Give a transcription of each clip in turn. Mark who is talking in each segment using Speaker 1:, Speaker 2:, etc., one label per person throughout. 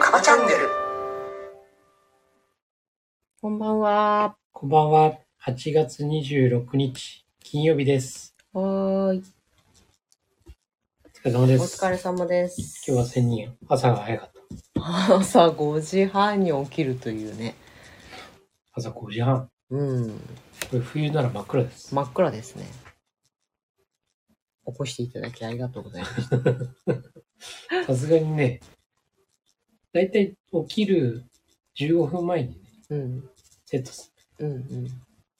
Speaker 1: カバチャンネル
Speaker 2: こんばんは。
Speaker 3: こんばんは。8月26日、金曜日です。
Speaker 2: はーい。
Speaker 3: お疲れ様で
Speaker 2: お
Speaker 3: す。
Speaker 2: 疲れ様です。
Speaker 3: 今日は1000人。朝が早かった。
Speaker 2: 朝5時半に起きるというね。
Speaker 3: 朝5時半。
Speaker 2: うん。
Speaker 3: これ冬なら真っ暗です。
Speaker 2: 真っ暗ですね。起こしていただきありがとうございます。
Speaker 3: さすがにね、だいたい起きる15分前にね、
Speaker 2: うん。
Speaker 3: セットす
Speaker 2: うんうん。
Speaker 3: る。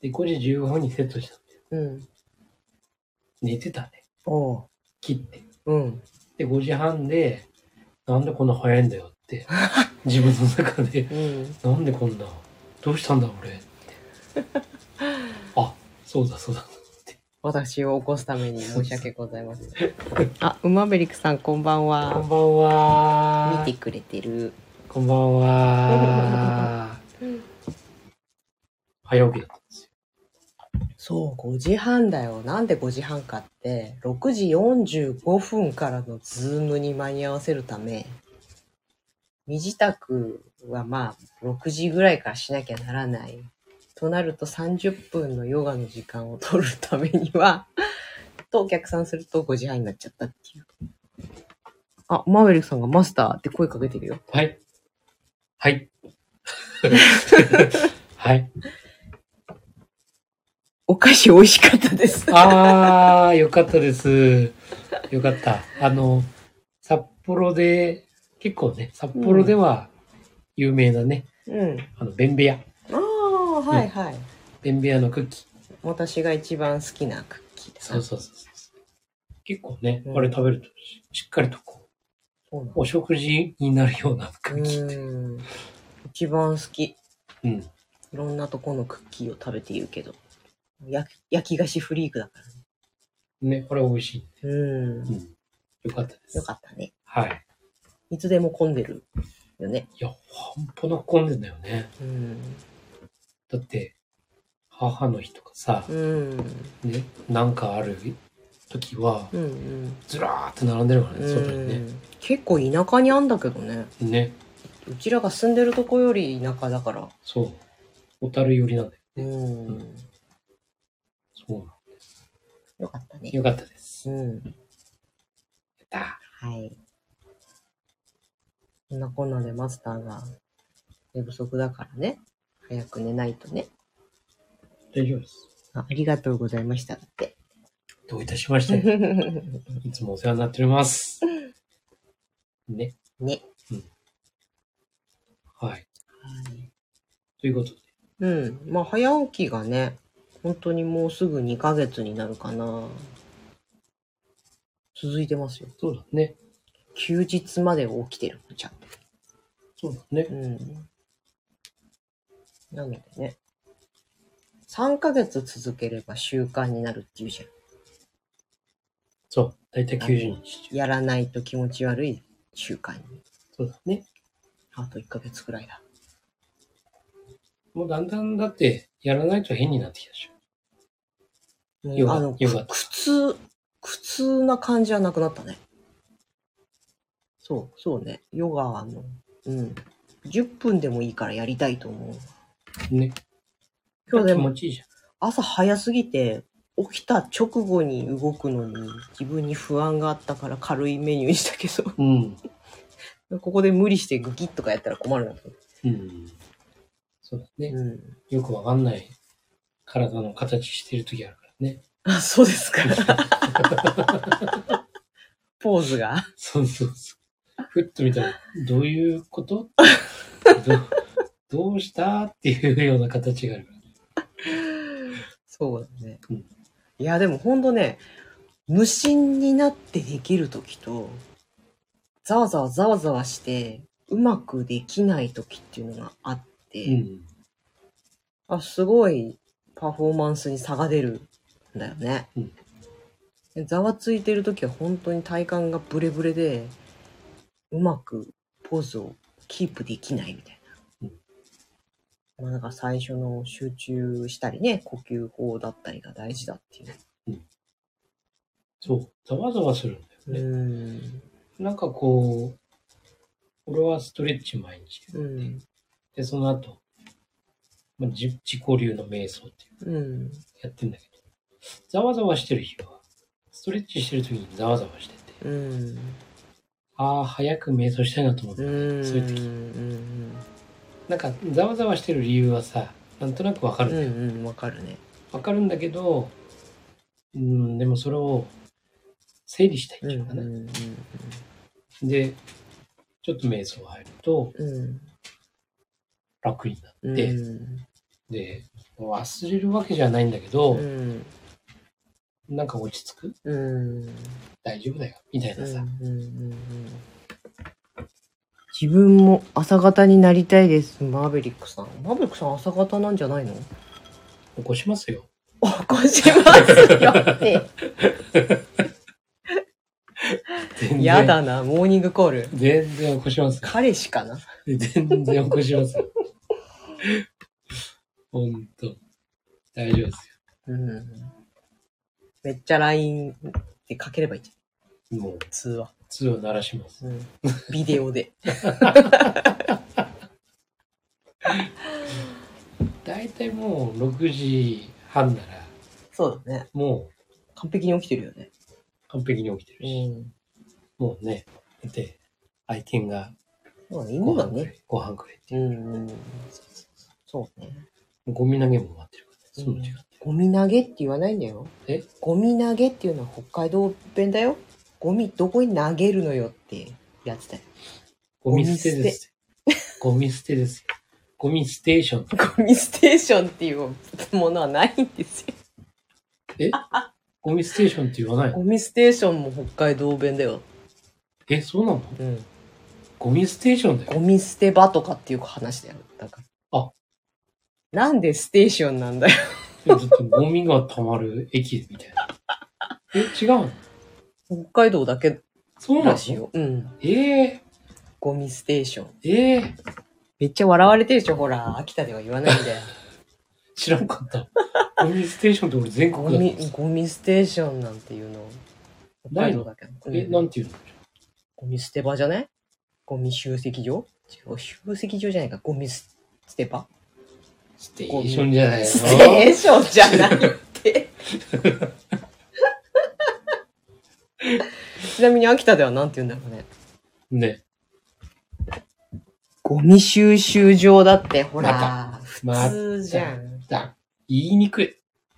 Speaker 3: で、5時15分にセットしたんで、
Speaker 2: うん。
Speaker 3: 寝てたね。
Speaker 2: おう。
Speaker 3: 切って。
Speaker 2: うん。
Speaker 3: で、5時半で、なんでこんな早いんだよって、自分の中で、
Speaker 2: うん。
Speaker 3: なんでこんな、どうしたんだ俺って。あ、そうだそうだ。
Speaker 2: 私を起こすために申し訳ございません。 あ、馬べりくさんこんばん
Speaker 3: こん
Speaker 2: は。
Speaker 3: ばんは。
Speaker 2: 見てくれてる。
Speaker 3: こんばん は。早起きだったんですよ。
Speaker 2: そう、5時半だよ。なんで5時半かって、6時45分からのズームに間に合わせるため、身支度はまあ、6時ぐらいからしなきゃならない。となると30分のヨガの時間を取るためには、 とお客さんすると5時半になっちゃったっていう。あ、マーベリックさんがマスターって声かけてるよ。
Speaker 3: はい。はい。はい。
Speaker 2: お菓子美味しかったです。
Speaker 3: あー、よかったです。よかった。あの、札幌で、結構ね、札幌では有名なね、
Speaker 2: うん。
Speaker 3: あの、ベンベ屋。
Speaker 2: ああ、はいはい。
Speaker 3: ベンベ屋のクッキー。
Speaker 2: 私が一番好きなクッキーです。
Speaker 3: そうそうそうそう。結構ね、
Speaker 2: うん
Speaker 3: これ食べるとし、しっかりとこう、
Speaker 2: そうなの
Speaker 3: お食事になるようなク
Speaker 2: う
Speaker 3: ッキー。
Speaker 2: ーん。一番好き。い
Speaker 3: うん。
Speaker 2: ろんなとこのクッキーを食べているけど。焼き焼き菓子フリークだからね。
Speaker 3: ね、これ美味しい。
Speaker 2: うーん。
Speaker 3: よかったです。
Speaker 2: よかったね。
Speaker 3: はい。
Speaker 2: いつでも混んでるよね。
Speaker 3: いや、ほんぽの混んでんだよね。
Speaker 2: うん。
Speaker 3: だって、母の日とかさ
Speaker 2: う、ん。
Speaker 3: ね、なんかある時は、
Speaker 2: うんうん。
Speaker 3: ずらーって並んでるからね、外に
Speaker 2: う
Speaker 3: ね。
Speaker 2: ん結構田舎にあんだけどね。
Speaker 3: ね、
Speaker 2: うちらが住んでるとこより田舎だから。
Speaker 3: そう。小樽寄りなんだよ
Speaker 2: う
Speaker 3: ね。
Speaker 2: ん。
Speaker 3: そうなの。
Speaker 2: よかったね。
Speaker 3: よかったです。
Speaker 2: うん。
Speaker 3: やった
Speaker 2: はい。そんなこんなでマスターが寝不足だからね。早く寝ないとね。
Speaker 3: 大丈夫です。
Speaker 2: あありがとうございましただって。
Speaker 3: どういたしまして、いつもお世話になっております。ね、
Speaker 2: ね。
Speaker 3: はい。ということで、
Speaker 2: うん。まあ、早起きがね、本当にもうすぐ2ヶ月になるかな。続いてますよ。
Speaker 3: そうだね。
Speaker 2: 休日まで起きてる、ちゃんと。
Speaker 3: そうだね
Speaker 2: う。ん。なのでね。3ヶ月続ければ習慣になるっていうじ
Speaker 3: そう。だいたい90日
Speaker 2: ゃん。。やらないと気持ち悪い習慣に。
Speaker 3: そうだね。
Speaker 2: あと1ヶ月くらいだ。
Speaker 3: もうだんだんだって、やらないと変になってきたでしょ。
Speaker 2: も
Speaker 3: ヨ
Speaker 2: う
Speaker 3: ガ
Speaker 2: あの、
Speaker 3: ヨガ
Speaker 2: く苦痛、苦痛な感じはなくなったね。そう、そうね。ヨガはあの、うん。10分でもいいからやりたいと思う。
Speaker 3: ね。
Speaker 2: 今日で
Speaker 3: 気
Speaker 2: も
Speaker 3: 持ちいいじゃん。
Speaker 2: 朝早すぎて、起きた直後に動くのに自分に不安があったから軽いメニューにしたけ
Speaker 3: うん。
Speaker 2: ど、 ここで無理してグキッとかやったら困るなと思
Speaker 3: うん。そうだ
Speaker 2: って。
Speaker 3: ね。
Speaker 2: うん。
Speaker 3: よくわかんない体の形してる時あるからね。
Speaker 2: あ、そうです か。ポーズが。
Speaker 3: そうそうそう。ふっと見たら、どういうことどどうしたっていうような形があるから。
Speaker 2: そうだね。
Speaker 3: うん
Speaker 2: いや、でもほんとね、無心になってできるときと、ざわざわざわざわして、うまくできないときっていうのがあって、
Speaker 3: うん。
Speaker 2: あ、すごいパフォーマンスに差が出るんだよね
Speaker 3: うん。
Speaker 2: でざわついてるときは本当に体幹がブレブレで、うまくポーズをキープできないみたいな。まあなんか最初の集中したりね、呼吸法だったりが大事だっていう。
Speaker 3: そう、ざわざわするんだよね。
Speaker 2: うん。
Speaker 3: なんかこう、俺はストレッチ毎日。
Speaker 2: うん。
Speaker 3: で、その後、まあ、自自己流の瞑想っていう
Speaker 2: うん。
Speaker 3: やってんだけど、ざわざわしてる日は、ストレッチしてる時にざわざわしてて、
Speaker 2: うん。
Speaker 3: ああ、早く瞑想したいなと思って、
Speaker 2: うん。
Speaker 3: そういう
Speaker 2: う
Speaker 3: 時。
Speaker 2: ん。
Speaker 3: なんか、ざわざわしてる理由はさ、なんとなくわかるん
Speaker 2: う
Speaker 3: だよ。
Speaker 2: ん。うん。わかるね。
Speaker 3: わかるんだけど、うん、でもそれを整理したいっ
Speaker 2: うん。
Speaker 3: て
Speaker 2: う
Speaker 3: いうのかな。
Speaker 2: ん。
Speaker 3: で、ちょっと瞑想入ると
Speaker 2: うん。
Speaker 3: 楽にな
Speaker 2: うん。
Speaker 3: って、で、忘れるわけじゃないんだけど、
Speaker 2: うん。
Speaker 3: なんか落ち着く
Speaker 2: うん。
Speaker 3: 大丈夫だよみたいなさ、
Speaker 2: 自分も朝方になりたいです、マーベリックさん。マーベリックさん朝方なんじゃないの
Speaker 3: 起こしますよ。
Speaker 2: 起こしますよって。
Speaker 3: 全然。
Speaker 2: やだな、モーニングコール。
Speaker 3: 全然起こします。
Speaker 2: 彼氏かな
Speaker 3: 全然起こします よ。ほんと。大丈夫です
Speaker 2: うん。めっちゃ LINE でかければいいじ
Speaker 3: よ。もう、
Speaker 2: ゃん。通話。
Speaker 3: 通を鳴らします。
Speaker 2: うん。ビデオで。
Speaker 3: だいたいもう6時半なら、
Speaker 2: そうだね。
Speaker 3: もう
Speaker 2: 完璧に起きてるよね。
Speaker 3: 完璧に起きてるし、
Speaker 2: ん。
Speaker 3: もうね、だって、愛犬が
Speaker 2: まあ、
Speaker 3: ご
Speaker 2: 犬
Speaker 3: 飯
Speaker 2: だ
Speaker 3: くれ
Speaker 2: ね。、
Speaker 3: ご飯くれって、
Speaker 2: うん。そうね。
Speaker 3: ゴミ投げも待ってるからね、その時間って。
Speaker 2: ゴミ投げって言わないんだよ。
Speaker 3: え
Speaker 2: ゴミ投げっていうのは北海道弁だよ。ゴミどこに投げるのよってやつだよ。
Speaker 3: ゴミ捨てですよ。ゴミ捨てですよ。ゴミステーション。
Speaker 2: ゴミステーションっていうものはないんですよ。
Speaker 3: えゴミステーションって言わないの
Speaker 2: ゴミステーションも北海道弁だよ。
Speaker 3: え、そうなの
Speaker 2: うん。
Speaker 3: ゴミステーションだ
Speaker 2: ゴ
Speaker 3: よ。
Speaker 2: ミ捨て場とかっていう話だよ。だから。
Speaker 3: あ。
Speaker 2: なんでステーションなんだよ。
Speaker 3: だってゴミが溜まる駅みたいな。え、違うの
Speaker 2: 北海道だけ
Speaker 3: そうな
Speaker 2: らしい
Speaker 3: の
Speaker 2: よ。うん。
Speaker 3: えー、
Speaker 2: ゴミステーション。
Speaker 3: えー、
Speaker 2: めっちゃ笑われてるでしょ、ほら。秋田では言わないんだよ。
Speaker 3: 知らんかった。ゴミステーションって俺全国
Speaker 2: ゴ
Speaker 3: だと思っ
Speaker 2: ミ
Speaker 3: て、
Speaker 2: ゴミステーションなんていうの。北海道だけど。
Speaker 3: た。え、
Speaker 2: うん
Speaker 3: なんていうの
Speaker 2: ゴミ捨て場じゃないゴミ集積場違う、集積場じゃないか。ゴミ捨て場
Speaker 3: ステーションじゃない
Speaker 2: ステー
Speaker 3: の
Speaker 2: ションじゃないって。ちなみに秋田ではなんて言うんだろうね。
Speaker 3: ね。
Speaker 2: ゴミ収集場だって、ほ
Speaker 3: ま
Speaker 2: ら、
Speaker 3: ま
Speaker 2: 普通じゃん。
Speaker 3: だ、言いにくい。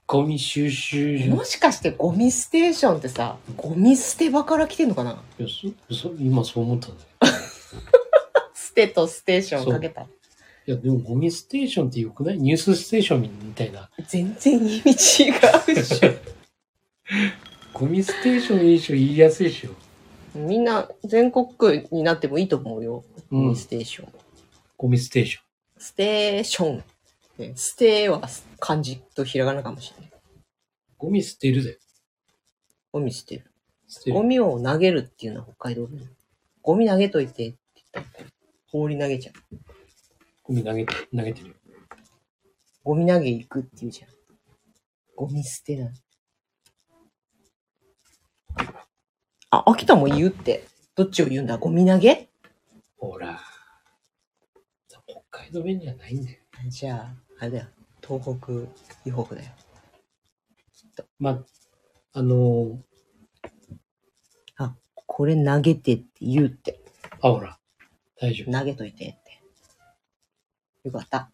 Speaker 3: ゴミ収集所
Speaker 2: も。しかしてゴミステーションってさ、ゴミ捨て場から来てんのかない
Speaker 3: やそそ今そう思ったんだよ。
Speaker 2: 捨てとステーションかけた。
Speaker 3: いや、でもゴミステーションってよくないニュースステーションみたいな。
Speaker 2: 全然意味違うでしょ。
Speaker 3: ゴミステーションいいでしょ、言いやすいでしょ。
Speaker 2: みんな全国区になってもいいと思うよ。
Speaker 3: うん
Speaker 2: ゴミステーション。
Speaker 3: ゴミステーション。
Speaker 2: ステーション。ねステーは漢字とひらがなかもしれない。
Speaker 3: ゴミ捨てるだよ。
Speaker 2: ゴミ捨てる。
Speaker 3: 捨て
Speaker 2: ゴ
Speaker 3: る。
Speaker 2: ミを投げるっていうのは北海道弁。ゴミ投げといてって言ったら放り投げちゃう。
Speaker 3: ゴミ投げて、投げてるよ。
Speaker 2: ゴミ投げ行くって言うじゃん。ゴミ捨てない。あ、秋田も言うって。どっちを言うんだゴミ投げ
Speaker 3: ほら。北海道弁じゃないんだよ。
Speaker 2: じゃあ、あれだよ。東北、以北だよ。
Speaker 3: まあ、あの
Speaker 2: これ投げてって言うって。
Speaker 3: ー、あ、ほら。大丈夫。
Speaker 2: 投げといてって。よかった。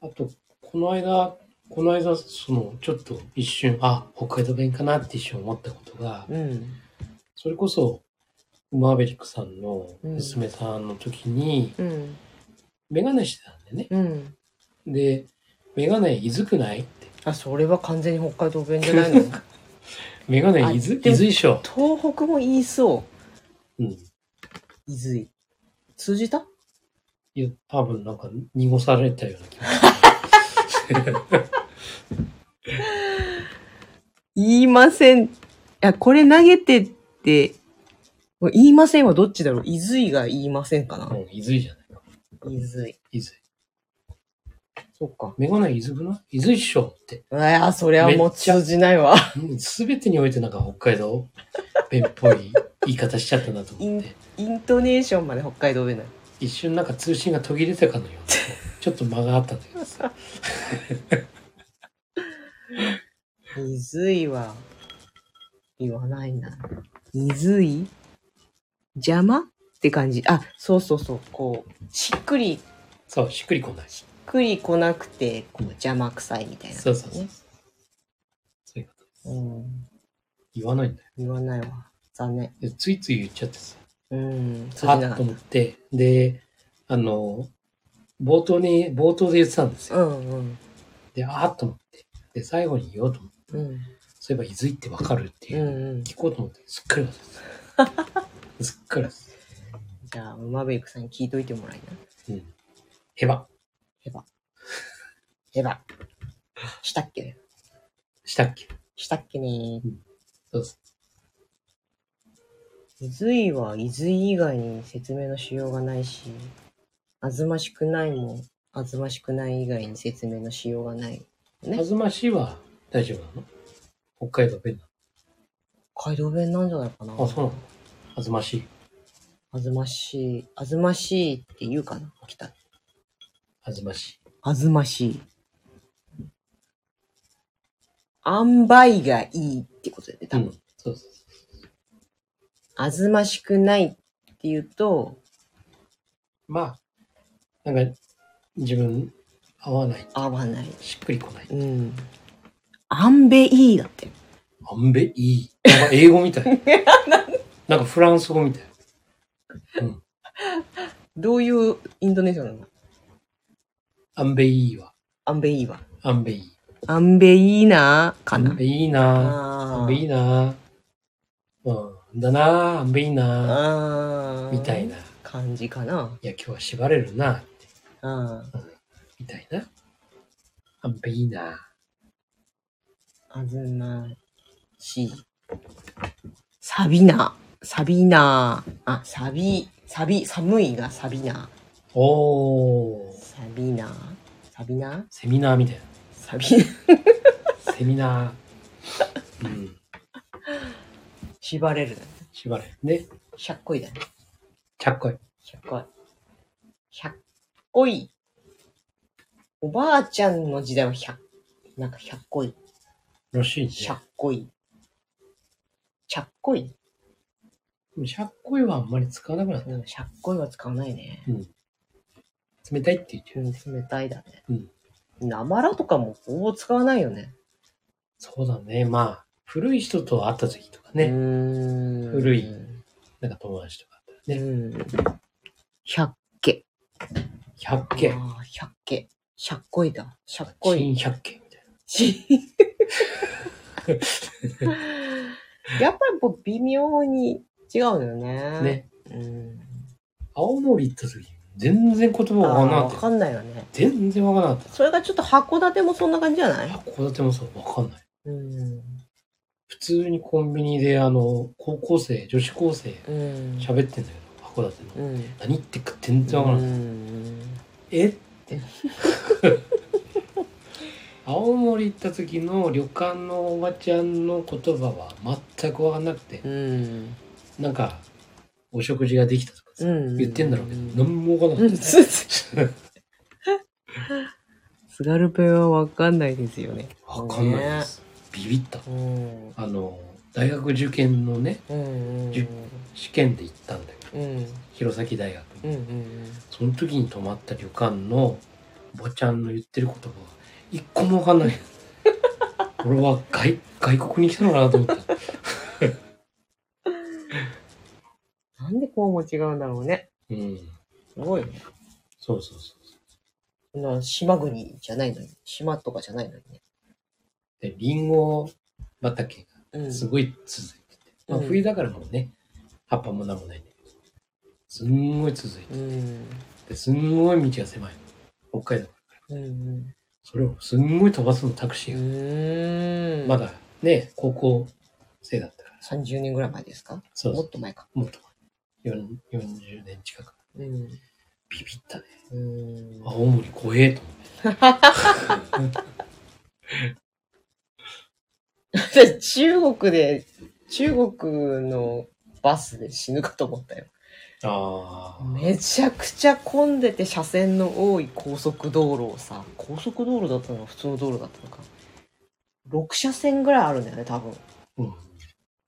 Speaker 3: あと、この間、この間、その、ちょっと一瞬、あ、北海道弁かなって一瞬思ったことが、
Speaker 2: うん。
Speaker 3: それこそ、マーベリックさんの娘さんの時に、
Speaker 2: うん。
Speaker 3: メガネしてたんだよね。
Speaker 2: うん。
Speaker 3: で、メガネいずくないって。
Speaker 2: あ、それは完全に北海道弁じゃないの
Speaker 3: メガネい
Speaker 2: あ
Speaker 3: ず、
Speaker 2: で
Speaker 3: い
Speaker 2: も
Speaker 3: ずいっしょ。
Speaker 2: 東北も言いそ。
Speaker 3: うん。いう
Speaker 2: いずい。通じた
Speaker 3: や、多分なんか濁されたような気が
Speaker 2: 言いません。いや、これ投げてって、言いませんはどっちだろういずいが言いませんか
Speaker 3: する。
Speaker 2: な
Speaker 3: うん、いずいじゃないか。
Speaker 2: いずい。
Speaker 3: いずい。
Speaker 2: そっか。
Speaker 3: メガネ伊豆な伊豆一緒って。
Speaker 2: いや、そりゃもう通じないわ。
Speaker 3: すべてにおいてなんか北海道弁っぽい言い方しちゃったなと思って。
Speaker 2: イントネーションまで北海道弁なの。
Speaker 3: 一瞬なんか通信が途切れたかのような。ちょっと間があったというかさ。
Speaker 2: 水いは、言わないな。水い邪魔って感じ。あ、そうそうそう。こう、しっくり、し
Speaker 3: そう、しっくりこない。そ
Speaker 2: っくりこなくて、こう邪魔くさいみたいな、
Speaker 3: うそうそう。そういうこと。
Speaker 2: うん。
Speaker 3: 言わないんだよ
Speaker 2: 言わないわ。残念。
Speaker 3: で。ついつい言っちゃってさ。
Speaker 2: うん。通じ
Speaker 3: あ
Speaker 2: なか
Speaker 3: っ
Speaker 2: っ
Speaker 3: と思って。で、あの、冒頭に、冒頭で言ってたんです
Speaker 2: た。
Speaker 3: よ。
Speaker 2: うんうん。
Speaker 3: で、あっと思って。で、最後に言おうと思って。
Speaker 2: うん。
Speaker 3: そういえば、伊豆ってわかるっていうう。
Speaker 2: んうん。
Speaker 3: 聞こうと思って、すっかり忘れて た。すっかり忘れてた。
Speaker 2: じゃあ、マベイクさんに聞いといてもらいな。
Speaker 3: うん。へば。
Speaker 2: えば。したっけね。
Speaker 3: したっけ
Speaker 2: したっけね。
Speaker 3: そうです。
Speaker 2: 伊豆は伊豆以外に説明のしようがないし、あずましくないも、あずましくない以外に説明のしようがない。ね
Speaker 3: あずましは大丈夫なの北海道弁な
Speaker 2: 北海道弁なんじゃないかな。
Speaker 3: のあ、そうなのあずまし。
Speaker 2: あずましい、あずましいって言うかな、来た。
Speaker 3: あずまし。
Speaker 2: あずましい。塩梅がいいってことだよね、多
Speaker 3: う
Speaker 2: 分。
Speaker 3: ん。そうそう。
Speaker 2: あずましくないって言うと、
Speaker 3: まあ、なんか、自分、合わない。
Speaker 2: 合わない。
Speaker 3: しっくりこない。
Speaker 2: うん。アンベイーだって。
Speaker 3: あんべいい。なんか英語みたい。なんかフランス語みたい。うん。
Speaker 2: どういうインドネーションなの
Speaker 3: あんべいいは。
Speaker 2: アンベイーは。
Speaker 3: あんべいい。
Speaker 2: アンベイーナーか
Speaker 3: あん
Speaker 2: な。
Speaker 3: べいいなあ
Speaker 2: あ
Speaker 3: んべいいなうん。だなああんべいいな
Speaker 2: あー
Speaker 3: みたいな。い
Speaker 2: 感じかな。
Speaker 3: や、今日は縛れるなって。
Speaker 2: あー
Speaker 3: みたいな。あんべいいな
Speaker 2: あずましい。サビナー。サビナー。あ、サビ、サビ、寒いがサビナ
Speaker 3: おー
Speaker 2: ー。。サビナー。サビナー
Speaker 3: セミナーみたい
Speaker 2: サビ、
Speaker 3: な。セミナー。うん。
Speaker 2: 縛れるだね。
Speaker 3: 縛れるね。
Speaker 2: 100個いだね。
Speaker 3: ちゃっこい。
Speaker 2: 100個い。100個い。おばあちゃんの時代は100、なんか100個い。
Speaker 3: らしいね。
Speaker 2: 100個い。100個い。
Speaker 3: でもちゃっこいはあんまり使わなくなった
Speaker 2: う。ん、100個いは使わないね。
Speaker 3: 冷たいって言ってる。
Speaker 2: うん、冷たいだね
Speaker 3: ん。
Speaker 2: うん。なまらとかもほぼ使わないよね。
Speaker 3: そうだね。まあ、古い人と会った時とかね。
Speaker 2: うーん。
Speaker 3: 古いなんか友達とか。
Speaker 2: う
Speaker 3: ね
Speaker 2: ん。100件。
Speaker 3: 百景。
Speaker 2: ああ、100件。100個いだ。100個い。
Speaker 3: 新百景みたい
Speaker 2: し やっぱりこう微妙に違うのよね。
Speaker 3: な。ね。
Speaker 2: うん。
Speaker 3: 青森行った時、全然言葉
Speaker 2: あ
Speaker 3: わかんな
Speaker 2: ーわ
Speaker 3: かった
Speaker 2: か
Speaker 3: よ。
Speaker 2: んないよね。
Speaker 3: 全然わかんなかっ
Speaker 2: それがちょっと函館もそんな感じじゃな
Speaker 3: た。
Speaker 2: い
Speaker 3: 函館もそう、わかんない。
Speaker 2: うん。
Speaker 3: 普通にコンビニで、あの、高校生、女子高生、
Speaker 2: うん。
Speaker 3: 喋ってんだけど、函館の。
Speaker 2: うん。
Speaker 3: 何言ってっか全然わから
Speaker 2: う
Speaker 3: ない。
Speaker 2: ん。
Speaker 3: えって。 青森行った時の旅館のおばちゃんの言葉は全くわかんなくて、
Speaker 2: うん。
Speaker 3: なんか、お食事ができたとかさ、
Speaker 2: うん
Speaker 3: 言ってんだろうけど、何
Speaker 2: ん
Speaker 3: もわかんな かった。
Speaker 2: 津軽弁はわかんないですよね。
Speaker 3: わかんないです。ビビった。
Speaker 2: うん。
Speaker 3: あの、大学受験のね、
Speaker 2: うん。
Speaker 3: じゅ試験で行ったんだけど、
Speaker 2: うん。
Speaker 3: 弘前大学。
Speaker 2: うん。うん。
Speaker 3: その時に泊まった旅館のおばちゃんの言ってる言葉が一個もわかんない。 俺は外外国に来たのかなと思った。
Speaker 2: なんでこうも違うんだろうね。
Speaker 3: うん。
Speaker 2: すごいね。
Speaker 3: そうそうそう。
Speaker 2: そんな島国じゃないのに。島とかじゃないのにね。
Speaker 3: で、リンゴ畑
Speaker 2: う
Speaker 3: が
Speaker 2: ん
Speaker 3: すごい続いてて、まあ
Speaker 2: うん
Speaker 3: 冬だからもうね、葉っぱもなんもないんだけど、すんごい続いて
Speaker 2: うん。
Speaker 3: て、すんごい道が狭いの。北海道。
Speaker 2: うん。
Speaker 3: それをすんごい飛ばすのタクシ
Speaker 2: う
Speaker 3: ーが。
Speaker 2: ん。
Speaker 3: ま。だね、高校生だったから。
Speaker 2: 30年ぐらい前ですか
Speaker 3: そう
Speaker 2: も
Speaker 3: そ
Speaker 2: っと前か。
Speaker 3: う。もっと前。よん40年近く。
Speaker 2: うん。
Speaker 3: ビビったね。
Speaker 2: うん。
Speaker 3: 青森怖えと思って。
Speaker 2: 私中国で、中国のバスで死ぬかと思ったよ。
Speaker 3: ああ。
Speaker 2: めちゃくちゃ混んでて車線の多い高速道路をさ、高速道路だったのか普通の道路だったのか。6車線ぐらいあるんだよね、多分。
Speaker 3: うん。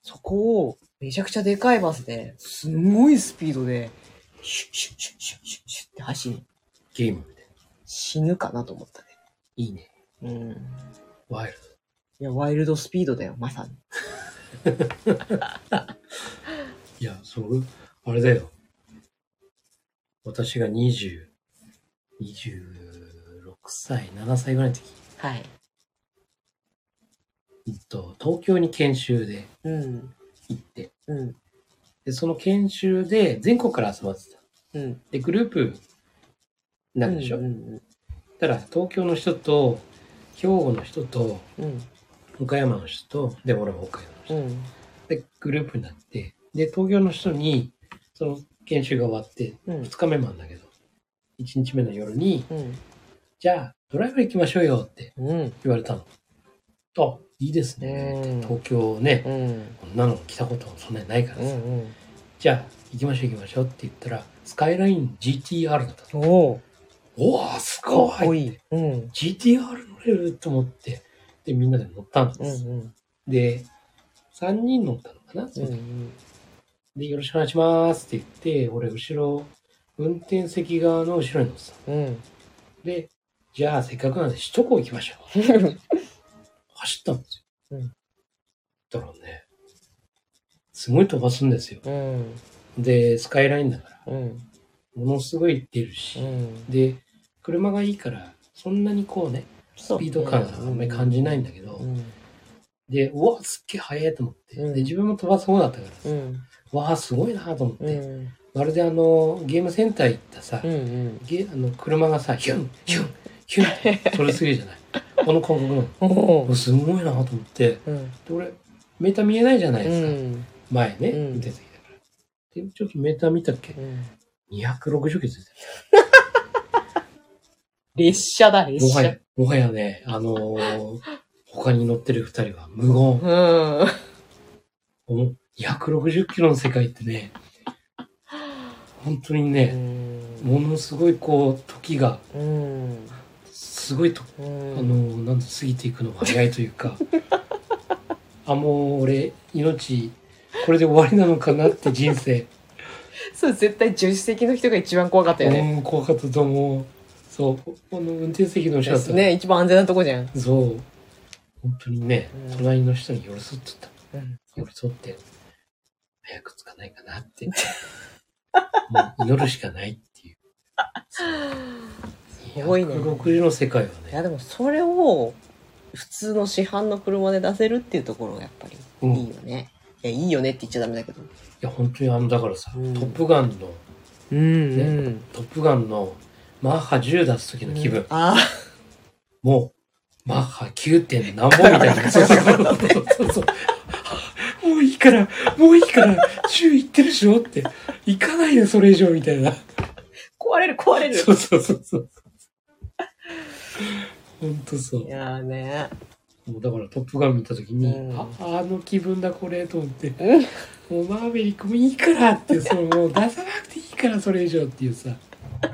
Speaker 2: そこをめちゃくちゃでかいバスで、すんごいスピードで、シュッシュッシュッシュッシュッシュッって走る。
Speaker 3: ゲームみたいな。
Speaker 2: 死ぬかなと思った
Speaker 3: いいね。
Speaker 2: ね。うん。
Speaker 3: ワイル
Speaker 2: いや、ワイルドスピードだよ、まさに。
Speaker 3: ド。いや、そう、あれだよ。私が20、26歳、7歳ぐらいの時、
Speaker 2: はい。
Speaker 3: えっと、東京に研修で
Speaker 2: うん。
Speaker 3: 行って、
Speaker 2: うん。
Speaker 3: で、その研修で全国から集まってた。
Speaker 2: うん。
Speaker 3: で、グループなんでしょ。
Speaker 2: うんうん
Speaker 3: たら、東京の人と、兵庫の人と、
Speaker 2: うん。
Speaker 3: 岡山の人と、で、俺も岡山の人
Speaker 2: う。ん。
Speaker 3: で、グループになって、で、東京の人に、その研修が終わって、
Speaker 2: うん
Speaker 3: 2日目もあんだけど、1日目の夜に、
Speaker 2: うん。
Speaker 3: じゃあ、ドライブ行きましょうよって
Speaker 2: うん。
Speaker 3: 言われたの。あ、いいですね。
Speaker 2: うん。
Speaker 3: 東京ね、
Speaker 2: うん。
Speaker 3: こんなの来たことそんなにないからさ。
Speaker 2: うん。
Speaker 3: じゃあ、行きましょう行きましょうって言ったら、スカイライン GTR だったの。
Speaker 2: おお。
Speaker 3: おお、す
Speaker 2: か
Speaker 3: ご
Speaker 2: っこ
Speaker 3: い
Speaker 2: いい。うん。
Speaker 3: !GTR 乗れると思って、で、みんなで乗ったん
Speaker 2: う
Speaker 3: です。
Speaker 2: ん。
Speaker 3: で、3人乗ったのかな、
Speaker 2: うん。うん。
Speaker 3: で、よろしくお願いしますって言って、俺、後ろ、運転席側の後ろに乗ってたの。
Speaker 2: うん。
Speaker 3: で、じゃあ、せっかくなんで、首都高行きましょう。 走ったんですよ。
Speaker 2: うん
Speaker 3: だからね、すごい飛ばすんですよ。
Speaker 2: うん。
Speaker 3: で、スカイラインだから、
Speaker 2: うん。
Speaker 3: ものすごい出るし、
Speaker 2: うん。
Speaker 3: で、車がいいから、そんなにこうね、
Speaker 2: ス
Speaker 3: スピード感があんまり感じないんだけど、
Speaker 2: うん。
Speaker 3: で、うわ、すっげえ速いと思って、
Speaker 2: うん
Speaker 3: で、自分も飛ばす方だったから、
Speaker 2: うん。
Speaker 3: わあ、すごいなと思って、
Speaker 2: うん。
Speaker 3: まるであの、ゲームセンター行ったさ、
Speaker 2: うん。
Speaker 3: げあの車がさ、ヒュン、ヒュン、ヒュンって、それすげ えじゃない。この感覚なの。
Speaker 2: おお
Speaker 3: お。すごいなと思って、
Speaker 2: うん。
Speaker 3: で俺、メーター見えないじゃないですか。
Speaker 2: うん。
Speaker 3: 前ね、
Speaker 2: うん
Speaker 3: 運転席だから。で、ちょっとメーター見たっけ
Speaker 2: うん。
Speaker 3: ?260キロついて
Speaker 2: 列車だ、
Speaker 3: る。
Speaker 2: 列
Speaker 3: もは
Speaker 2: 車
Speaker 3: や。、もはやね、あのー他に乗ってる二人は無言。
Speaker 2: うん。
Speaker 3: もう260キロの世界ってね、本当にね、ものすごいこう、時が、
Speaker 2: うん。
Speaker 3: すごいと
Speaker 2: うん。
Speaker 3: あの、なんと過ぎていくのが早いとい うかあもう俺命これで終わりなのかなって人生
Speaker 2: そう、絶対助手席の人が一番怖かったよね。
Speaker 3: うん怖かったと思うそうあの運転席の後ろ
Speaker 2: で
Speaker 3: だっ
Speaker 2: す
Speaker 3: た
Speaker 2: ね、一番安全なとこじゃん。
Speaker 3: そう本当にね、
Speaker 2: うん
Speaker 3: 隣の人に寄り添ってた
Speaker 2: うん。
Speaker 3: 寄り添って早く着かないかなって もう祈るしかないっていう
Speaker 2: すごいね
Speaker 3: 160の世界はいね
Speaker 2: や、でもそれを普通の市販の車で出せるっていうところがやっぱりい
Speaker 3: うん
Speaker 2: いよね。いや、いいよねって言っちゃダメだけど。
Speaker 3: いや本当にあのだからさ、
Speaker 2: うん
Speaker 3: トップガンの
Speaker 2: うん、
Speaker 3: んトップガンのマッハ10出す時の気分、
Speaker 2: ああ、
Speaker 3: もう、マッハ 9. 点何本みたいな。そうそうそうそうそう。もういいから、もういいから、週行ってるでしょって。行かないで、それ以上、みたいな。
Speaker 2: 壊れる壊れる。
Speaker 3: そうそうそうそう。ほんとそう
Speaker 2: い。やーね。
Speaker 3: もうだからトップガン見た時に、
Speaker 2: うん
Speaker 3: あ、あの気分だこれと思って、
Speaker 2: うん
Speaker 3: もうマーベリックもいいからって、そのもう出さなくていいからそれ以上っていうさ、
Speaker 2: 本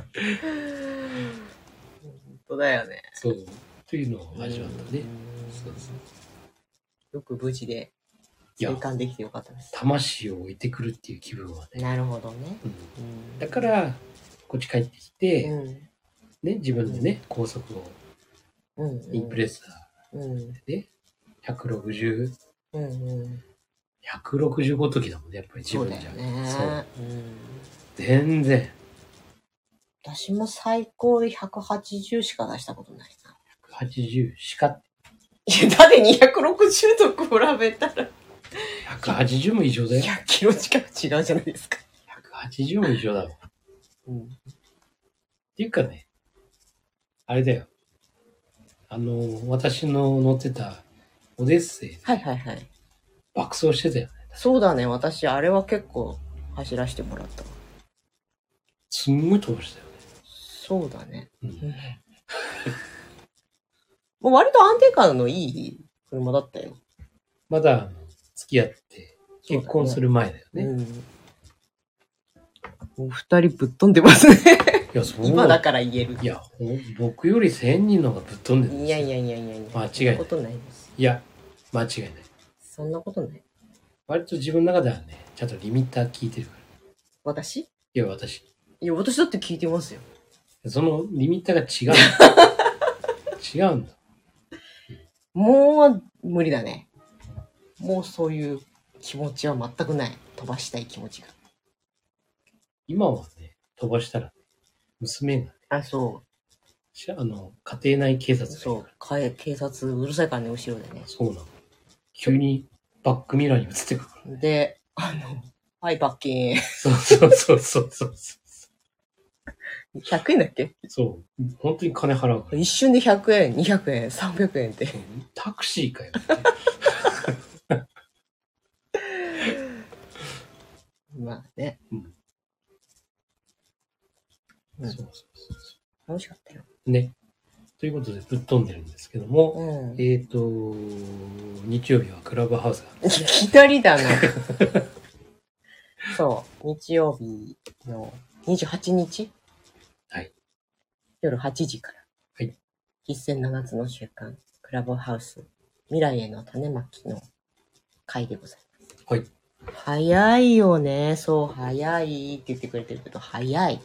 Speaker 2: 当だよね。
Speaker 3: そう、というのを味わったね。
Speaker 2: うん
Speaker 3: そうそう
Speaker 2: よく無事で
Speaker 3: いや
Speaker 2: 生、還できてよかったです。
Speaker 3: 魂を置いてくるっていう気分はね、
Speaker 2: なるほどね。
Speaker 3: うん
Speaker 2: うん
Speaker 3: だか、ら、こっち帰ってき
Speaker 2: う
Speaker 3: て、
Speaker 2: ん。
Speaker 3: ね、自分でね、高速を、
Speaker 2: うん。
Speaker 3: インプレッ
Speaker 2: ス。
Speaker 3: サ
Speaker 2: うん。
Speaker 3: ーで、160、
Speaker 2: うんうん。
Speaker 3: 165時だもんね、やっぱり自
Speaker 2: そう
Speaker 3: 分
Speaker 2: だ
Speaker 3: じ
Speaker 2: よ
Speaker 3: ゃ。
Speaker 2: ね。
Speaker 3: そう。
Speaker 2: うん。
Speaker 3: 全然、
Speaker 2: 私も最高で180しか出したことないな。
Speaker 3: 180しか、
Speaker 2: いや、だって260と比べたら
Speaker 3: 180も異常だよ。
Speaker 2: 100キロ近く違うじゃないですか。
Speaker 3: 180も異常だわ。っ
Speaker 2: うん。
Speaker 3: ていうかね、あれだよ。あの、私の乗ってたオデッセイ、
Speaker 2: はいはいはい。
Speaker 3: 爆走してたよね。
Speaker 2: そうだね。私、あれは結構走らせてもらったわ。
Speaker 3: すんごい飛ばしたよね。
Speaker 2: そうだね。
Speaker 3: うん
Speaker 2: もう割と安定感のいい車だったよ。
Speaker 3: まだあの付き合って、結婚する前だよね。
Speaker 2: うん。お二人ぶっ飛んでますね。
Speaker 3: いや、そう。
Speaker 2: 今だから言える。
Speaker 3: いや、ほん僕より千人の方がぶっ飛んでるんで
Speaker 2: い
Speaker 3: すよ
Speaker 2: やいやいやいやいや。
Speaker 3: 間違い
Speaker 2: そん
Speaker 3: ない
Speaker 2: なことないです。
Speaker 3: いや、間違いない。
Speaker 2: そんなことない。
Speaker 3: 割と自分の中ではね、ちゃんとリミッター聞いてるから。
Speaker 2: 私
Speaker 3: いや、私。
Speaker 2: いや、私だって聞いてますよ。
Speaker 3: そのリミッターが違う。 違うんだ。
Speaker 2: もう無理だね。もうそういう気持ちは全くない。飛ばしたい気持ちが。
Speaker 3: 今はね、飛ばしたら、娘が、
Speaker 2: あ、そ
Speaker 3: しあの、家庭内警
Speaker 2: う。
Speaker 3: 察がい
Speaker 2: そ
Speaker 3: る
Speaker 2: う
Speaker 3: か。
Speaker 2: かえ警察、うるさいからね、後ろでね
Speaker 3: ら。。そうなの。急にバックミラーに映ってくるから。
Speaker 2: で、あの、はい、罰金。
Speaker 3: そうそうそうそうそう。
Speaker 2: 100円だっけ
Speaker 3: そう。本当に金払うから。
Speaker 2: 一瞬で100円、200円、300円って。
Speaker 3: タクシーかよ。
Speaker 2: まあね。うん
Speaker 3: そうそうそうそ
Speaker 2: 楽しかったよ。
Speaker 3: う。ね。ということで、ぶっ飛んでるんですけども、
Speaker 2: うん。い
Speaker 3: えっ、と、日曜日はクラブハウスが
Speaker 2: きなりだな。そう。日曜日の28日
Speaker 3: はい。
Speaker 2: 夜8時から。
Speaker 3: はい。
Speaker 2: 必戦7つの習慣、クラブハウス、未来への種まきの会でござい
Speaker 3: はい。
Speaker 2: ます。早いよね。そう、早いって言ってくれてるけど、早い。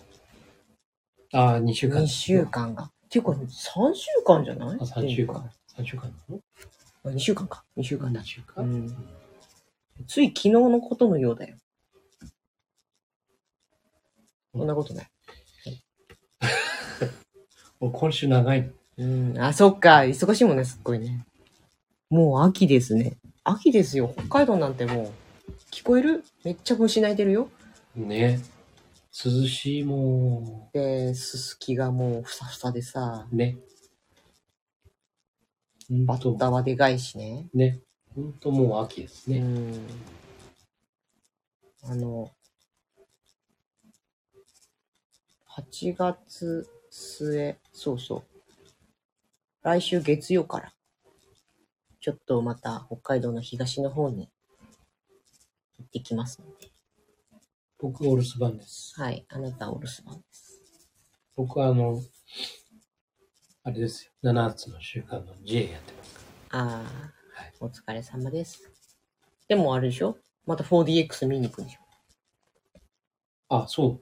Speaker 3: ああ、2週間。
Speaker 2: 2週。間が。っていうか、3週間じゃない
Speaker 3: あ、3週間。。3週間なの
Speaker 2: あ2週間か。2週間だ
Speaker 3: 2。週
Speaker 2: う
Speaker 3: 間、
Speaker 2: ん。つい昨日のことのようだよ。そんなことない。
Speaker 3: お今週長いの。
Speaker 2: うん。あ、そっか。忙しいもんね、すっごいね。もう秋ですね。秋ですよ。北海道なんてもう、聞こえるめっちゃ虫鳴いてるよ。
Speaker 3: ね。涼しいも
Speaker 2: で、すすきがもうふさふさでさ、
Speaker 3: ん。ね。
Speaker 2: バ
Speaker 3: バ
Speaker 2: ッタはでかいしね。
Speaker 3: ね。ほんともう秋です
Speaker 2: う
Speaker 3: ね。
Speaker 2: ん。あの、8月末、そうそう。来週月曜から、ちょっとまた北海道の東の方に行ってきますので。
Speaker 3: 僕お留守番です。
Speaker 2: はい。あなたはお留守番です。
Speaker 3: 僕はあの、あれですよ。7つの習慣の J やってますか
Speaker 2: ああ、
Speaker 3: はい
Speaker 2: お疲れ様です。でもあれでしょまた 4DX 見に行くんでしょ
Speaker 3: ら。あ、そう。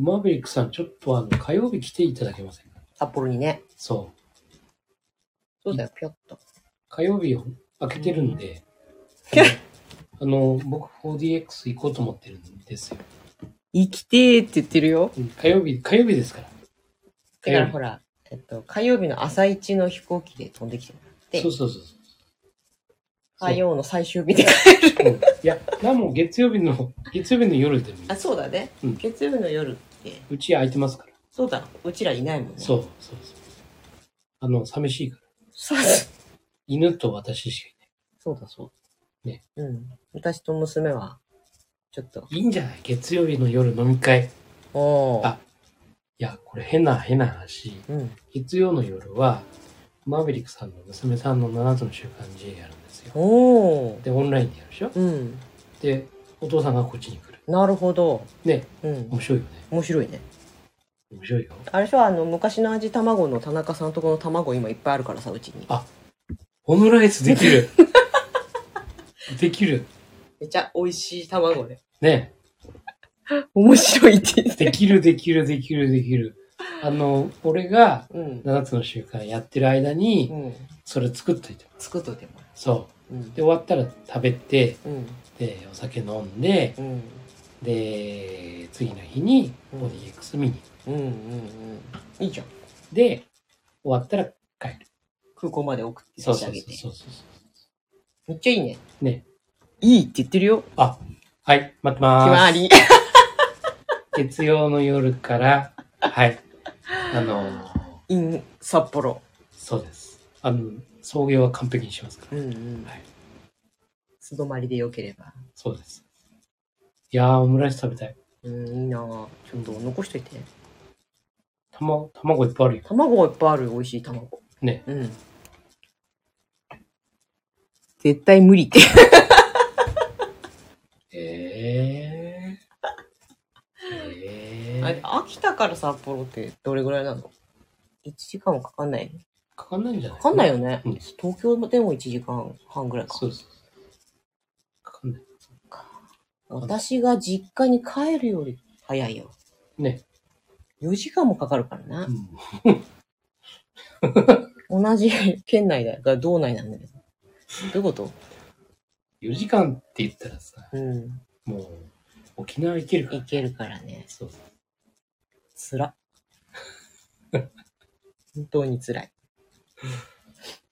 Speaker 3: マーベリックさん、ちょっとあの、火曜日来ていただけませんか
Speaker 2: 札幌にね。
Speaker 3: そう。
Speaker 2: そうだよ、ぴょっと。
Speaker 3: 火曜日を開けてるんで、あの、僕 4DX 行こうと思ってるんですよ。
Speaker 2: 生きてーって言ってるよ。
Speaker 3: うん火曜日、火曜日ですから。
Speaker 2: だからほら、えっと、火曜日の朝一の飛行機で飛んできてもらって
Speaker 3: そう、そうそうそう。
Speaker 2: 火曜の最終日で。
Speaker 3: うんいや、なも月曜日の、月曜日の夜でもいい、
Speaker 2: あ、そうだね。
Speaker 3: うん
Speaker 2: 月曜日の夜って、
Speaker 3: うち空いてますから。
Speaker 2: そうだ、うちらいないもんね。。
Speaker 3: そううそうそう。あの、寂しいから。
Speaker 2: そう
Speaker 3: 犬と私しかいない。
Speaker 2: そうだ、そうだ。
Speaker 3: ね。
Speaker 2: うん。私と娘は、ちょっと、
Speaker 3: いいんじゃない月曜日の夜飲み会。い
Speaker 2: おー
Speaker 3: あや、これ変な変な話。
Speaker 2: うん。
Speaker 3: 月曜の夜は、マーベリックさんの娘さんの7つの習慣 J やるんですよ。
Speaker 2: おー
Speaker 3: で、オンラインでやるでしょ
Speaker 2: うん。
Speaker 3: で、お父さんがこっちに来る。
Speaker 2: なるほど。
Speaker 3: ね、
Speaker 2: うん。
Speaker 3: 面白いよね。
Speaker 2: 面白いね。
Speaker 3: 面白いよ。
Speaker 2: あれでしょ、あの、昔の味卵の田中さんとこの卵今いっぱいあるからさ、うちに
Speaker 3: あ。オムライスできる。 できる。
Speaker 2: めっちゃ美味しい卵で。
Speaker 3: ね。
Speaker 2: 面白いって言って。
Speaker 3: できる、できる、できる、できる。あの、俺が
Speaker 2: うん。
Speaker 3: 7つの習慣やってる間に、
Speaker 2: うん。
Speaker 3: それ作っといてます。
Speaker 2: 作っといてもら。
Speaker 3: そう
Speaker 2: うん
Speaker 3: う。で、終わったら食べて、
Speaker 2: うん。
Speaker 3: で、お酒飲んで、
Speaker 2: うん。
Speaker 3: で、次の日に
Speaker 2: うん
Speaker 3: 4DX 見に行
Speaker 2: う
Speaker 3: く。
Speaker 2: んうんうん。いいじゃん。
Speaker 3: で、終わったら帰る。
Speaker 2: 空港まで送って
Speaker 3: そ
Speaker 2: 差
Speaker 3: う
Speaker 2: し
Speaker 3: そ
Speaker 2: 上げ
Speaker 3: うそう
Speaker 2: て。
Speaker 3: そうそ
Speaker 2: めっちゃいいね。
Speaker 3: う。ね。
Speaker 2: いいって言ってるよ。
Speaker 3: あ、はい、待ってま
Speaker 2: 決ま
Speaker 3: ー
Speaker 2: り。
Speaker 3: す。月曜の 夜から、はい。あの、
Speaker 2: in 札幌。
Speaker 3: そうです。あの、創業は完璧にしますから。
Speaker 2: うんうん
Speaker 3: はい。
Speaker 2: 素泊まりでよければ。
Speaker 3: そうです。いやー、オムライス食べたい。
Speaker 2: うん、いいなぁちょっと残しといて。
Speaker 3: 卵、卵いっぱいあるよ。
Speaker 2: 卵がいっぱいある、美味しい卵。
Speaker 3: ね。
Speaker 2: うん。絶対無理って。
Speaker 3: えー、え
Speaker 2: あれ
Speaker 3: ー、
Speaker 2: 秋田から札幌ってどれぐらいなの ?1 時間もかかんない。
Speaker 3: かかんないんじゃない
Speaker 2: かかんないよね。
Speaker 3: うん
Speaker 2: 東京でも1時間半ぐらいか
Speaker 3: そ。うそうそう。かかんない。
Speaker 2: 私が実家に帰るより早いよ。
Speaker 3: ね。
Speaker 2: 4時間もかかるからな
Speaker 3: う。ん
Speaker 2: 同じ県内だから道内なんだよ。どういうこと
Speaker 3: 4時間って言ったらさ、
Speaker 2: うん。
Speaker 3: もう、沖縄行けるから
Speaker 2: い。けるからね。
Speaker 3: そうそう。
Speaker 2: つ ら。本当につらい。